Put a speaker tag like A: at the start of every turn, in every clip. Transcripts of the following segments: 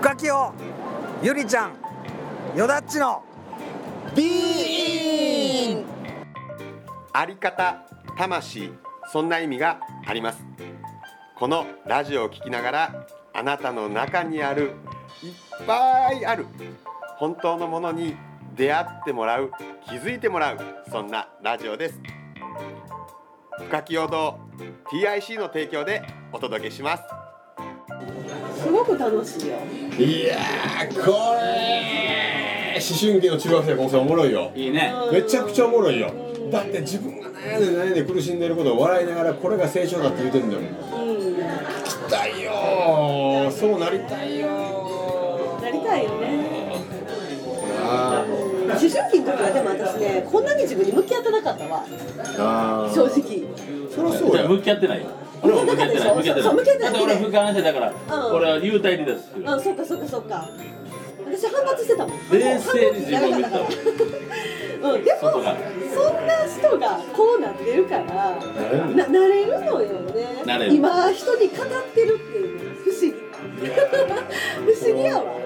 A: カキオゆりちゃんよだっちの
B: ビーン
C: あり方魂そんな意味がありますこのラジオを聞きながらあなたの中にあるいっぱいある本当のものに出会ってもらう気づいてもらうそんなラジオです深き陽動 TIC の提供でお届けします
D: すごく楽しいよ
B: いやーこれ思春期の中学生高生おもろいよ
E: いいね
B: めちゃくちゃおもろいよだって自分が悩んで悩んで苦しんでることを笑いながらこれが成長だって言ってるんだもん
D: うんな
B: なりたいよーそうなりたいよー
D: りたいよね
B: あー
D: 思春期の時はでも私ねこんなに自分に向き合ってなかったわ
B: あー
D: 正直
B: そりゃそうや
E: 向き合ってないよ
D: 向き合ってないでしょ
E: 向き合って
D: そう向き合ってな
E: だ
D: い
E: って俺俯瞰してだから、
D: うん
E: 俺は流体離脱する
D: あそっかそっかそっか私反発してたもん
E: 冷静に自分を
D: 反発嫌い
E: 見た
D: だったからうんでも
E: 外が
D: そんな人がこうなってるからな
B: る
D: なれるのよね
E: なれる
D: 今人に語ってるっていうの不思議不思議やわ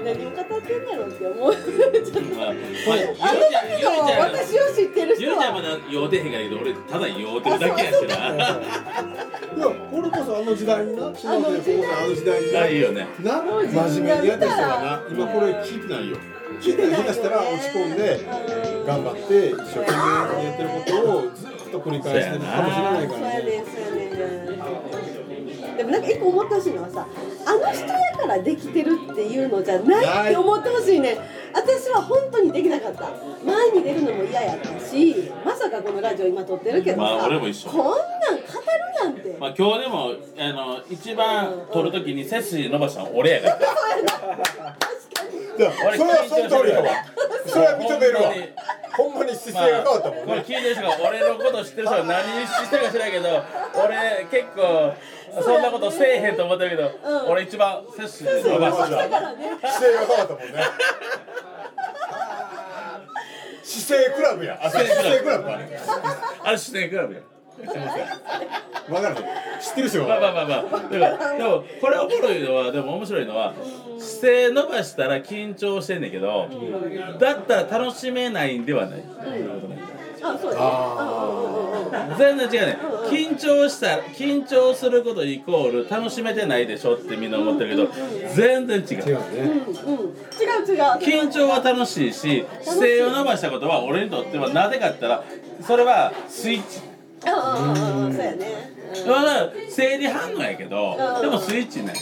D: 何を語ってんだろうって思うちょっと
E: ま
D: あ
E: あまあ
D: の時の私を知ってる人
E: ゆりちゃんま
D: は
E: だ酔うてへんからけど俺ただ酔うてるだけやしな
B: いや俺こそあの時代にな中学生高生あの時代に
E: あいいよね
B: な真面目にやった人がな今これ聞いてないよ聞いてない下手したら落ち込んで
D: うん
B: 頑張って一生懸命やってることをずっと繰り返してるかもしれないか
D: そう
B: ら
D: や
B: ね
D: ねんそうやねんでもなんか一個思ってほしいのはさあの人やからできてるっていうのじゃないって思ってほしいねん私は本当にできなかった前に出るのも嫌やったしまさかこのラジオ今撮ってるけどさ、
E: まあ俺も一緒
D: こんなん語るなんて、
E: まあ今日でもあの一番撮るときに背筋伸ばしたの俺やから
B: いやそれはその通りだわそれは認めるわほんまに姿勢が変わったもん
E: これ
B: ね
E: 聞いてる人が俺のこと知ってる人は何してるか知らんけど俺結構そんなことせえへんと思ってるけど、
D: うん
E: 俺一番背筋
D: そ
E: 伸
D: う
E: ば
D: そ
E: し
D: う
E: た
D: だからね
B: 姿勢が変わったもんね姿勢クラブやあそれ姿勢クラブだね
E: あれしてくらや
B: 分かる知ってる人
E: まあま
B: が
E: あまあまあだからでもこれおもろいのはでも面白いのは姿勢伸ばしたら緊張してんねんけどだったら楽しめないんではない
D: あそうやね
E: 全然違うね緊張したら緊張することイコール楽しめてないでしょってみんな思ってるけど全然違う
B: ね
D: うんうんうんうん違う違う
E: 緊張は楽しいし姿勢を伸ばしたことは俺にとってはなぜかって言ったらそれはスイッチ
D: うんうんうんうんそうやねうん
E: まあ生理反応やけどでもスイッチね
D: う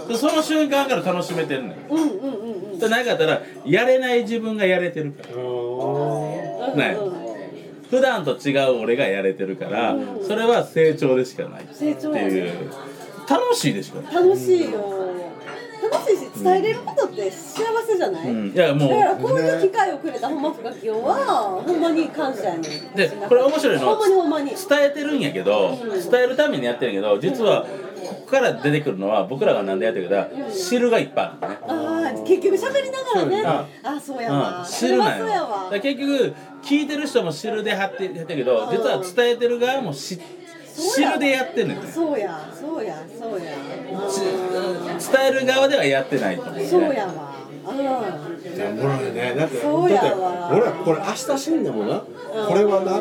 D: んうん
E: その瞬間から楽しめてるねん
D: うんうんうんうんうん
E: じゃなかったらやれない自分がやれてるからね普段と違う俺がやれてるからそれは成長でしかないって
D: 成長や
E: い
D: ね
E: う楽しいでしかない、
D: 楽しいよ楽しいし伝えれることって幸せじゃない、
E: うん、いや
D: だ
E: も
D: から
E: う
D: こういう機会をくれたほんま深きよはほんまに感謝やねん
E: でこれ面白いのは
D: ほんまにほんまに
E: 伝えてるんやけど伝えるためにやってるんやけど実はここから出てくるのは僕らが何でやってるか知るがいっぱいあるのね
D: ああ結局喋りながらねああそうやわ、
E: うん、
D: そ
E: 知
D: れ
E: る
D: は
E: な
D: そ
E: よ
D: う
E: だ
D: や
E: か
D: わ
E: ら結局聞いてる人も知るで貼ってやってるけど実は伝えてる側も知
D: そう
E: 知
D: や
E: るでやってんのよね
D: そうやそうやそうや
E: し
D: うん
E: 伝える側ではやってないと思うね
D: そうやわうん
B: いやおもろいねだって
D: そうや
B: だって
D: わ
B: 俺らこれ明日死んでもなこれはな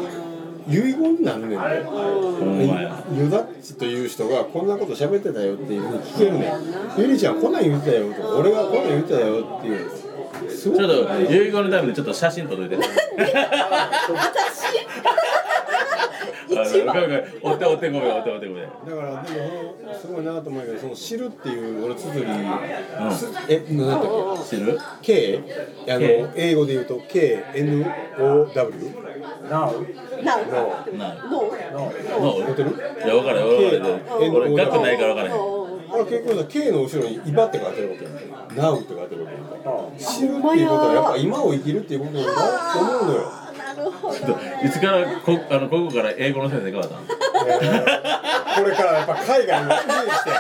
B: 遺言になるねんね
E: ほんまや
B: ユダッチという人がこんなこと喋ってたよっていうふうに聞けるねんゆりちゃんこんなん言ってたよとか俺がこんなん言ってたよっていうすご
E: ちょ
B: く
E: っと遺言のためにちょっと写真撮っといて
D: 私一
E: あのごめ
D: 番
E: んごめんおっておってごめんおっておってごめん
B: だからでもそのすごいなと思うけどその知るっていう俺つづり、すえなんだったっ
E: 知る
B: け K あの
E: K
B: 英語で言うと
D: なうの
E: もう
B: KNOW ホテル
E: いや分からん分からん俺
B: K
E: 学ないから分からへん
B: あれ結構さ K の後ろに「イバ」って書いてるわけやん「ナウ」って書いてるわけやん知るっていうことはやっぱ今を生きるっていうことだなと思うのよ
D: なるほどね
E: いつからこあのここから英語の先生変わったの
B: これからやっぱ海外に移住して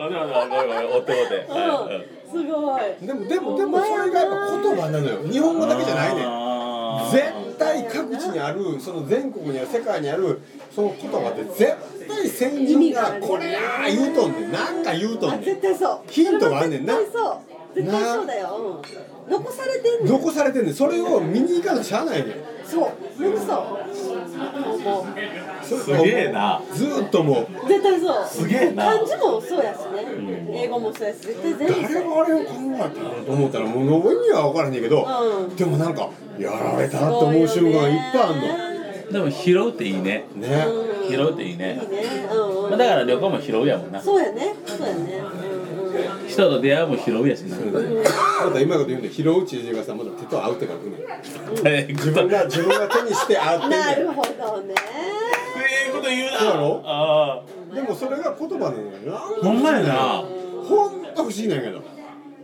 E: あでもでもごめんごめん追って追ってはいうん
D: すごい
B: でもでもでもそれがやっぱ言葉なのよ日本語だけじゃないねん
E: あー
B: 絶対各地にあるその全国にある世界にあるその言葉って絶対先人がこれやー言うとんねんなんか言うと
D: あ
B: んね
D: 絶
B: ん
D: 対そう
B: ヒントがあんねんな
D: それは絶対そう絶対そうだよ、うん、残されてんねん
B: 残されてんねんそれを見に行かなしゃあないねん
D: そうほんとそうもう
B: それ
E: すげえな
B: ずーっともう
D: 絶対そう
E: すげえな
D: 漢字もそうやしね、英語もそうやし絶対全部
B: 誰があれを考えたのと思ったらもうの上には分からへんねんけど、
D: うん
B: でもなんかやられたと思う瞬間いっぱいあんの
E: でも拾うっていいね
B: ね
D: うん
E: 拾うっていいね
D: いいねうんうん、
E: まあだから旅行も拾うやもんな
D: そうやねそうやねうんうん
E: 人と出会うも拾うやしな
B: また今のこと言うんで拾う知事がさまだ手と合うって書くねん
E: ええ
B: 自分が自分が手にして合ってんねん
D: なるほどね
E: こと言うな
B: そうやろ
E: ああ
B: でもそれが言葉なのよな
E: ほんまやな
B: ほんと不思議なんやけど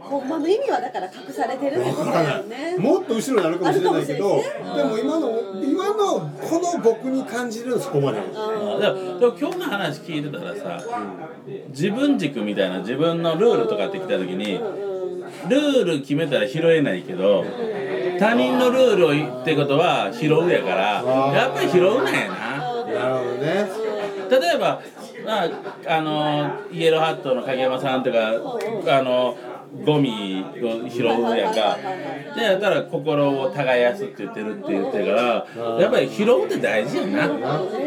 D: ほんまの意味はだから隠されてるって
B: 分
D: こと
B: から
D: だよ
B: な
D: ね
B: いもっと後ろになるかもしれないけど
D: あるかもしれないね
B: でも今の今のこの僕に感じるのそこまでなの
E: あでもでも今日の話聞いてたらさ、自分軸みたいな自分のルールとかってきた時に、ルール決めたら拾えないけど、他人のルールを言ってことは拾うやから、やっぱり拾うなんやな。
B: なるほどね
E: 例えば、まあ、あのイエローハットの影山さんとか、あのゴミを拾うやんかでやったら心を耕すって言ってるって言ってるからやっぱり拾うって大事やな。
D: えーなるほど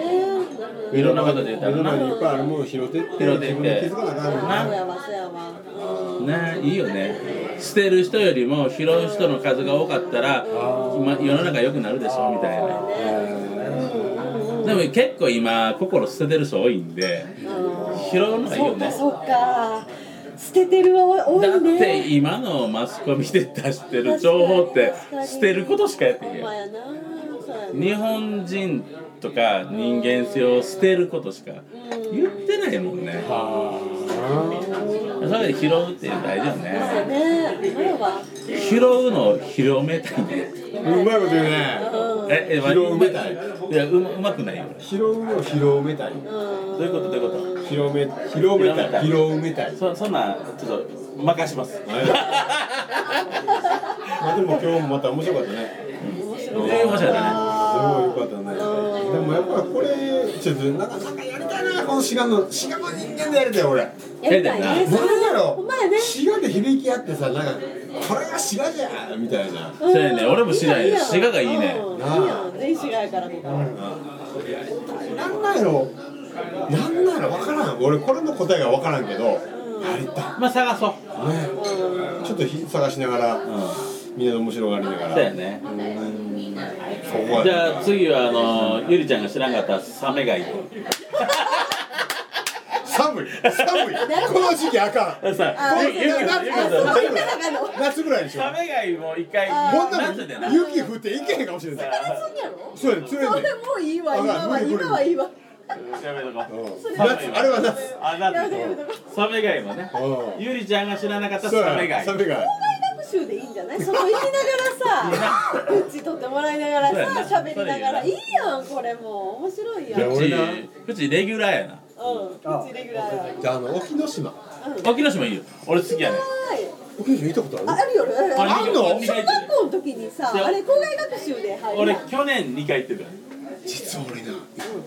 E: いろんなことで言った
B: 目
E: らな
B: の前にいっぱいあるものを拾ってって
E: 拾ってって
B: 自分で気づかなあかんねんな
D: そうやわそうやわうん
E: ねいいよね捨てる人よりも拾う人の数が多かったら今世の中良くなるでしょみたいなでも結構今心捨ててる人多いんで拾うのはいい
D: そ
E: よ
D: うか
E: ね
D: そうか捨ててるは多
E: だっ
D: い
E: て
D: ね
E: 今のマスコミで出してる情報って
D: 確かに
E: 捨てることしかやってへん
D: ほんま
E: や
D: やなそうや
E: ん
D: ね
E: 日本人とか人間性を捨てることしか言ってないもんねそれで拾うって大事よ
D: そう
E: ね
D: やねそうやわ
E: 拾うのを広めたいね
B: うまいこと言うね
E: え、え、
B: 拾うみたい
E: いや、うま、うまくないよ。
B: 拾うのを拾めたい
E: どういうこと、どういうこ
B: 広め広めたい広めたい
E: と。そ、そんな、ちょっと、任します。
B: まあでも今日もまた面白かったね
D: 面
E: えー
D: 白い
E: 面白いね。
B: すごいよかったねでもやっぱりこれちょっとなんかなんかやりたいなこの滋賀の滋賀の人間でやりたい俺
D: やりたいねそれ
E: え
B: 何や
D: ねほ
B: ろ
D: んまやね
B: 滋賀で響き合ってさなんかこれが滋賀じゃみたいな
E: そうやね俺も滋賀やね
D: いいやん
E: 滋賀がいいね
D: うん
B: なあ
D: いいやん全員滋賀やからみたいな
B: なんなんやろなんなんやろ分からん俺これの答えが分からんけどやりたい
E: まあ、探そう。
B: ねちょっとひ探しながらみんなで面白がりながら
E: そうやね。
B: ここは
E: じゃあ、次は、あの、ゆりちゃんが知らんかったサメがいい。
B: 寒い寒いこの時期あか ん
E: さ
D: あ
E: あ、
D: そう
E: ゆゆゆ
B: なんか
E: ゆ
D: あそう言ってなかった
B: 夏ぐらいでしょ
E: サメがいいもう一回。
B: こんな
E: 夏でな
B: の。雪降っていけへんかもしれない
D: そんやろ
B: そうやね釣れん
D: そ
B: ねん
D: れもういいわ
B: あ
D: 今
B: 無
D: は
B: 理無理
D: 今はいいわ
E: やめとこう。
B: うん夏あれは夏
E: あ、なんで。サメがいいもね
B: う。ん
E: ゆりちゃんが知らなかった
B: そう
E: サ
B: や
E: メがいい。
B: サメが
D: 学習でいいんじゃないそこ行きながらさうち取ってもらいなが
E: そうや
D: ら
E: な
D: さ喋りながら
E: そ
D: いういやんこれもう面白いやん
B: いうや
E: う
D: ち
B: 俺
E: ち
B: な、
E: うちレギュラーやな。
D: うちレギュラーや
B: じゃああの沖ノ島
E: 沖ノ島いいよ。俺好きやね
D: は
E: ん。
D: い
B: 沖ノ島行ったこと
D: ああるよあるよ
E: あんの
D: 小学校の時にさ
E: いや
D: あれ校外学習で入る
E: 俺
D: やん
E: 去年2回行ってる
B: 実は俺な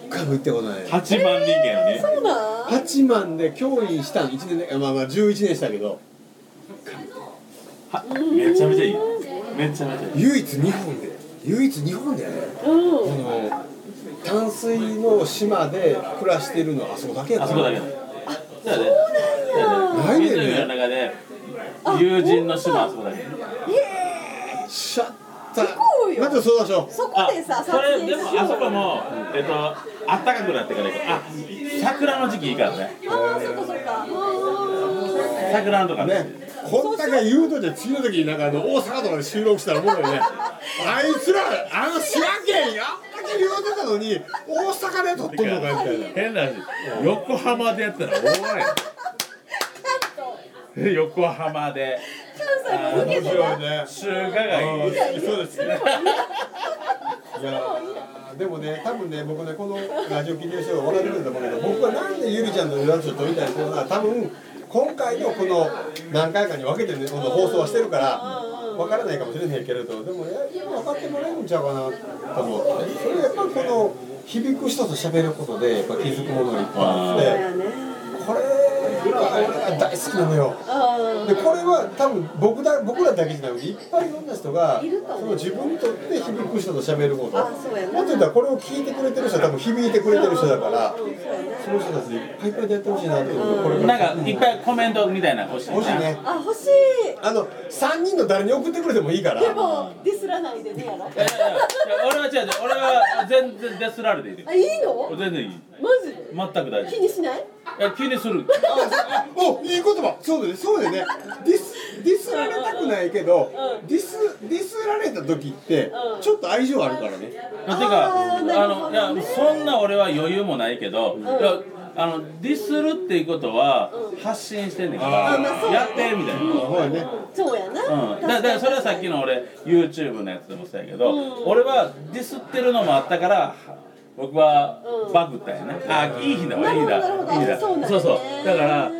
B: 一回も行ったことない
E: 8万人間やね
D: そうなん
B: 八万で教員したん一年でまあまあ十一年したけど
E: はめちゃめちゃいいめちゃめちゃいい
B: 唯一日本で唯一日本でやねあ
D: うん
B: の淡水の島で暮らしてるのはあそこだけや
E: あ
B: か
E: そこ
B: ら
E: だけだそう
B: な
E: だ
B: い
E: ね
B: ね
E: 湖
B: ん
E: の
B: ね
E: 中で友人の島あそこだけ
B: シャッタ
D: こう
B: ー
D: よ
B: まずそうだしょ
D: そこ
E: あ
D: でさ撮
E: それ
D: 影し
E: で
D: よ
E: も
D: う
E: あそこもえっとあったかくなってから行こうあ桜の時期いいからね
D: ああそっかそっかうん
E: 桜のとか
B: ね
E: ね
B: こんだけ言うとじゃ次の時になんかあの大阪とかで収録したらもうねあいつらあの滋賀県やあんだけ言うてたのに大阪で撮っとんのかみたいな
E: 変な話横浜でやったらおい横浜で
D: 関西も抜け
B: 面
D: てな
B: 白いね
E: 中華街
B: そうですね。いやーでもね、多分ね、僕ね、このラジオ聞いてる人は分かってくれると思うけど、僕はなんでゆりちゃんのラジオ撮りたいっていうのは、多分今回のこの何回かに分けてね、この放送はしてるから、分からないかもしれないけれど、でも、いや分かってもらえるんちゃうかなと思って、それやっぱりこの響く人と喋ることでやっぱ気づくものがいっぱい
D: そ
B: あっ
D: う
B: て
D: やね
B: これが俺が大好きなのよ
D: あ
B: でこれは多分僕だ僕らだけじゃなくていっぱいいろんな人が
D: いると思う
B: その自分にとって響く人と喋ること
D: あそうやな
B: もっと言ったらこれを聞いてくれてる人は多分響いてくれてる人だから
D: うんそうやね
B: その人たちにいっぱいいっぱいでやってほしいなって思うこれから
E: なんかいっぱいコメントみたいなの欲しい
B: もし
E: な
B: ね
D: あ欲しい
B: あの3人の誰に送ってくれてもいいから
D: でもディスらないでねやろ
E: いやいやいや俺は違う違う俺は全然デスられていいで
D: あいいの
E: 全然いい
D: マジで
E: 全く大丈夫
D: 気にしない
E: いや気にする
B: あおいい言葉そうだねそうだよねディスディスられたくないけどディスディスられた時ってちょっと愛情あるからね
E: いやてか
D: あ
E: あ
D: ーなるほど
E: のい
D: ね
E: やそんな俺は余裕もないけど、いやあのディスるっていうことは発信してんねんから、
B: あー
D: まあそう
E: やってみたいな。
B: あほらね
D: そうやな、
E: うん、だだからそれはさっきの俺 YouTube のやつでもそうやけど、俺はディスってるのもあったから僕はバグったんやね、あいい日だわいいだ
D: なるほどなるほど
E: いいだ
D: そうなんやね
E: そうそうだから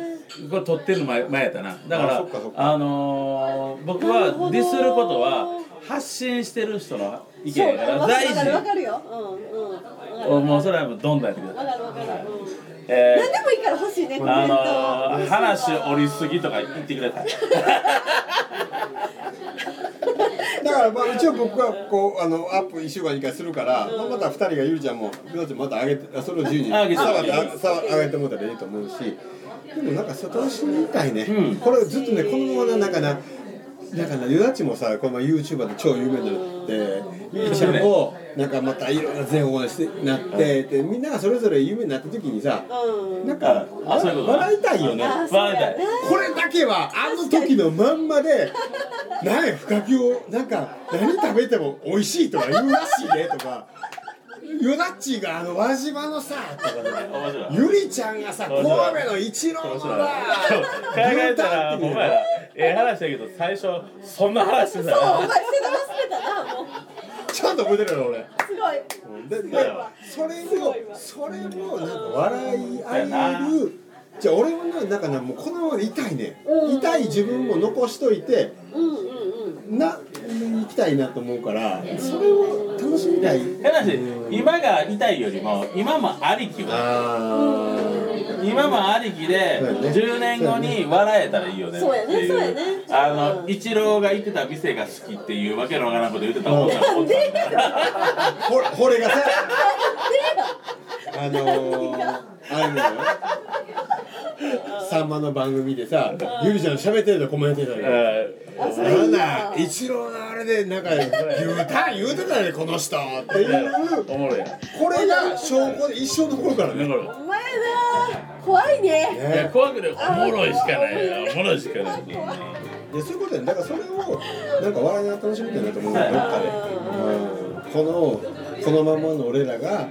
E: これ撮ってるの前前やったなだか
B: あ
E: ら
B: そっかそっか
E: あのー僕
D: な
E: は
D: るほど
E: ディスることは発信してる人の意見
D: そう
E: や
D: わ
E: か
D: かるわ
E: ら大
D: かるわ
E: 事
D: かるようんうんわかる
E: おもうそれはもうどんどんやってくださ
D: わ
E: い
D: かるわかる、うん
E: え
D: 何でもいいから欲しいねコ
E: ー
D: メント、
E: あのー、話折りすぎとか言ってください
B: だからまあ一応僕はこうあのアップ1週間に1回するから、まあ、また2人がゆりちゃんもりょうちゃんまた上げてあそれを自由に
E: あ上げて
B: 触ってあ触上げてもらったらいいと思うしでもなんかそう楽しみたいね、これずっとねこのままななんかななんかなゆだちもさこの前 YouTuber で超有名になってゆりちゃんもなんかまたいろんな全国してなってでみんながそれぞれ有名になった時にさ
D: うん
B: なんか
E: あそういうこと
B: 笑いたいよね
D: あそうやな
B: これだけはあの時のまんまで何や深きをなんか何食べても美味しいとか言うらしいねとかヨダッチーがあの輪島のさとかね
E: 面白い
B: ゆりちゃんがさ神戸の一郎のさ
E: 海外ったらお前らええ話だけど最初そんな話してた
D: そうお前世代忘
E: よ
D: れたなもう
B: ちゃんと覚えてるの俺
D: すごい
B: ででそれもそれもなんか笑い合
E: そうやな
B: えるじゃあ俺もななんかなもうこのままで痛いね痛い自分も残しといて
D: うんうんうん
B: な行きたいなと思うからそれを楽しみたい
E: 変な話今が痛いよりも今もありきよ
B: あ
E: 今もありきで
B: そうやね
E: 10年後に笑えたらいいよね
D: そうやね
E: ってい
D: そうやね
E: あ
D: う
E: の
D: ん
E: イチローが行ってた店が好きっていうわけのわからんこと言ってたお父さんお
D: なん
E: 父
D: で
E: さん
B: あほらこれがさあのー、あるのよさんまの番組でさゆりちゃん喋ってるとコメントだよ
D: あそれい
B: ないん
D: な
B: だ一郎のあれでなんか牛タン言うてたねこの人っていう
E: うんおもろいやん
B: これが証拠で一生残るからね
E: おもろ
D: お前な怖いね
E: いいや怖くないおもろいしかないやんおもろいしかないそんな
B: でそういうことやねだからそれをなんか笑いながら楽しみたいなと思うのどっかで、うん、このこのままの俺らが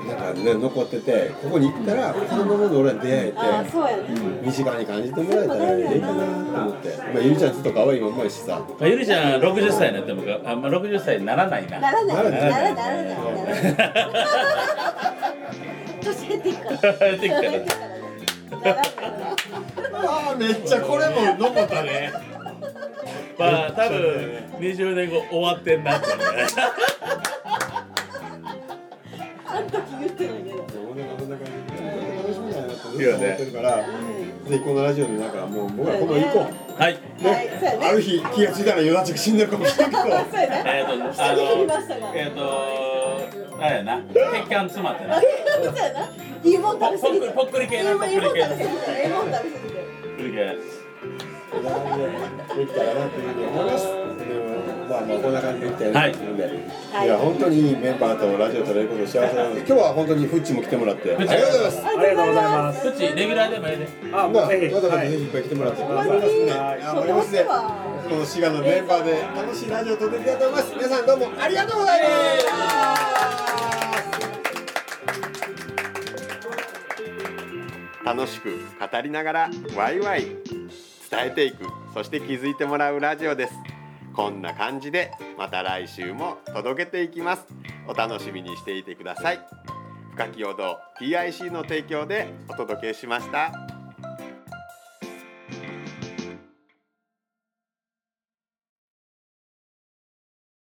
B: なんかね残っててここに行ったらこのままの俺らに出会えて
D: あそうやね
B: うん身近に感じてもらえたらいいかなと思って、まあ、ゆりちゃんずっと可愛いまんまやしさ
E: まあゆりちゃん60歳になってもかあんまあ60歳にならない
D: な
E: な
D: らないなら
B: な
D: な
B: ら
D: いならないならない年減っていくから
E: 減っていくから
D: 減っていくからならない
B: あーめっちゃこれも残ったね
E: まあ多分20年後終わってんなってね
D: あん時言ってないけど
B: 俺がこんな感じで楽しみたいなと思っ
E: いいよね
B: てるから、ぜひこのラジオでなんかもう僕らこの行こう
E: は
D: は
E: い
D: いそうやね
B: ある日気がついたらヨダチが死んでるかもしれんけど
D: そうやね
E: えっ、と、あ
D: 下に降りました
E: の
D: が、
E: えっ、と、あれやな、血管詰まってな。
D: そうやないいもん食べすぎて
E: ぽっくりぽっくり系ない
D: いもんいいもん食べ
E: ぽっ
D: すぎ
E: くり
D: ていいもん食べすぎて
B: できたらなというふうに思います。まあまあこんな感じでできたよ
E: はい
B: ので、
D: はい
B: い、や本当にいいメンバーとラジオ撮れること幸せなので、今日は本当にフッチも来てもらってありがとうございます。
D: あ
F: ありがとうございますす。
E: うち、レギュラーでもええで。
F: あ、
B: まあ
F: もう
B: ま
F: ぜひ。
B: だまだ
F: は
B: ぜ
F: い
B: ひいっぱい来てもらって、
D: んまに
B: 頑張りますね。この滋賀のメンバーで楽しいラジオ撮っていきたいと思います。皆さんどうもありがとうございます。
C: 楽しく語りながらワイワイ伝えていくそして気づいてもらうラジオですこんな感じでまた来週も届けていきますお楽しみにしていてください深き陽道 TIC の提供でお届けしました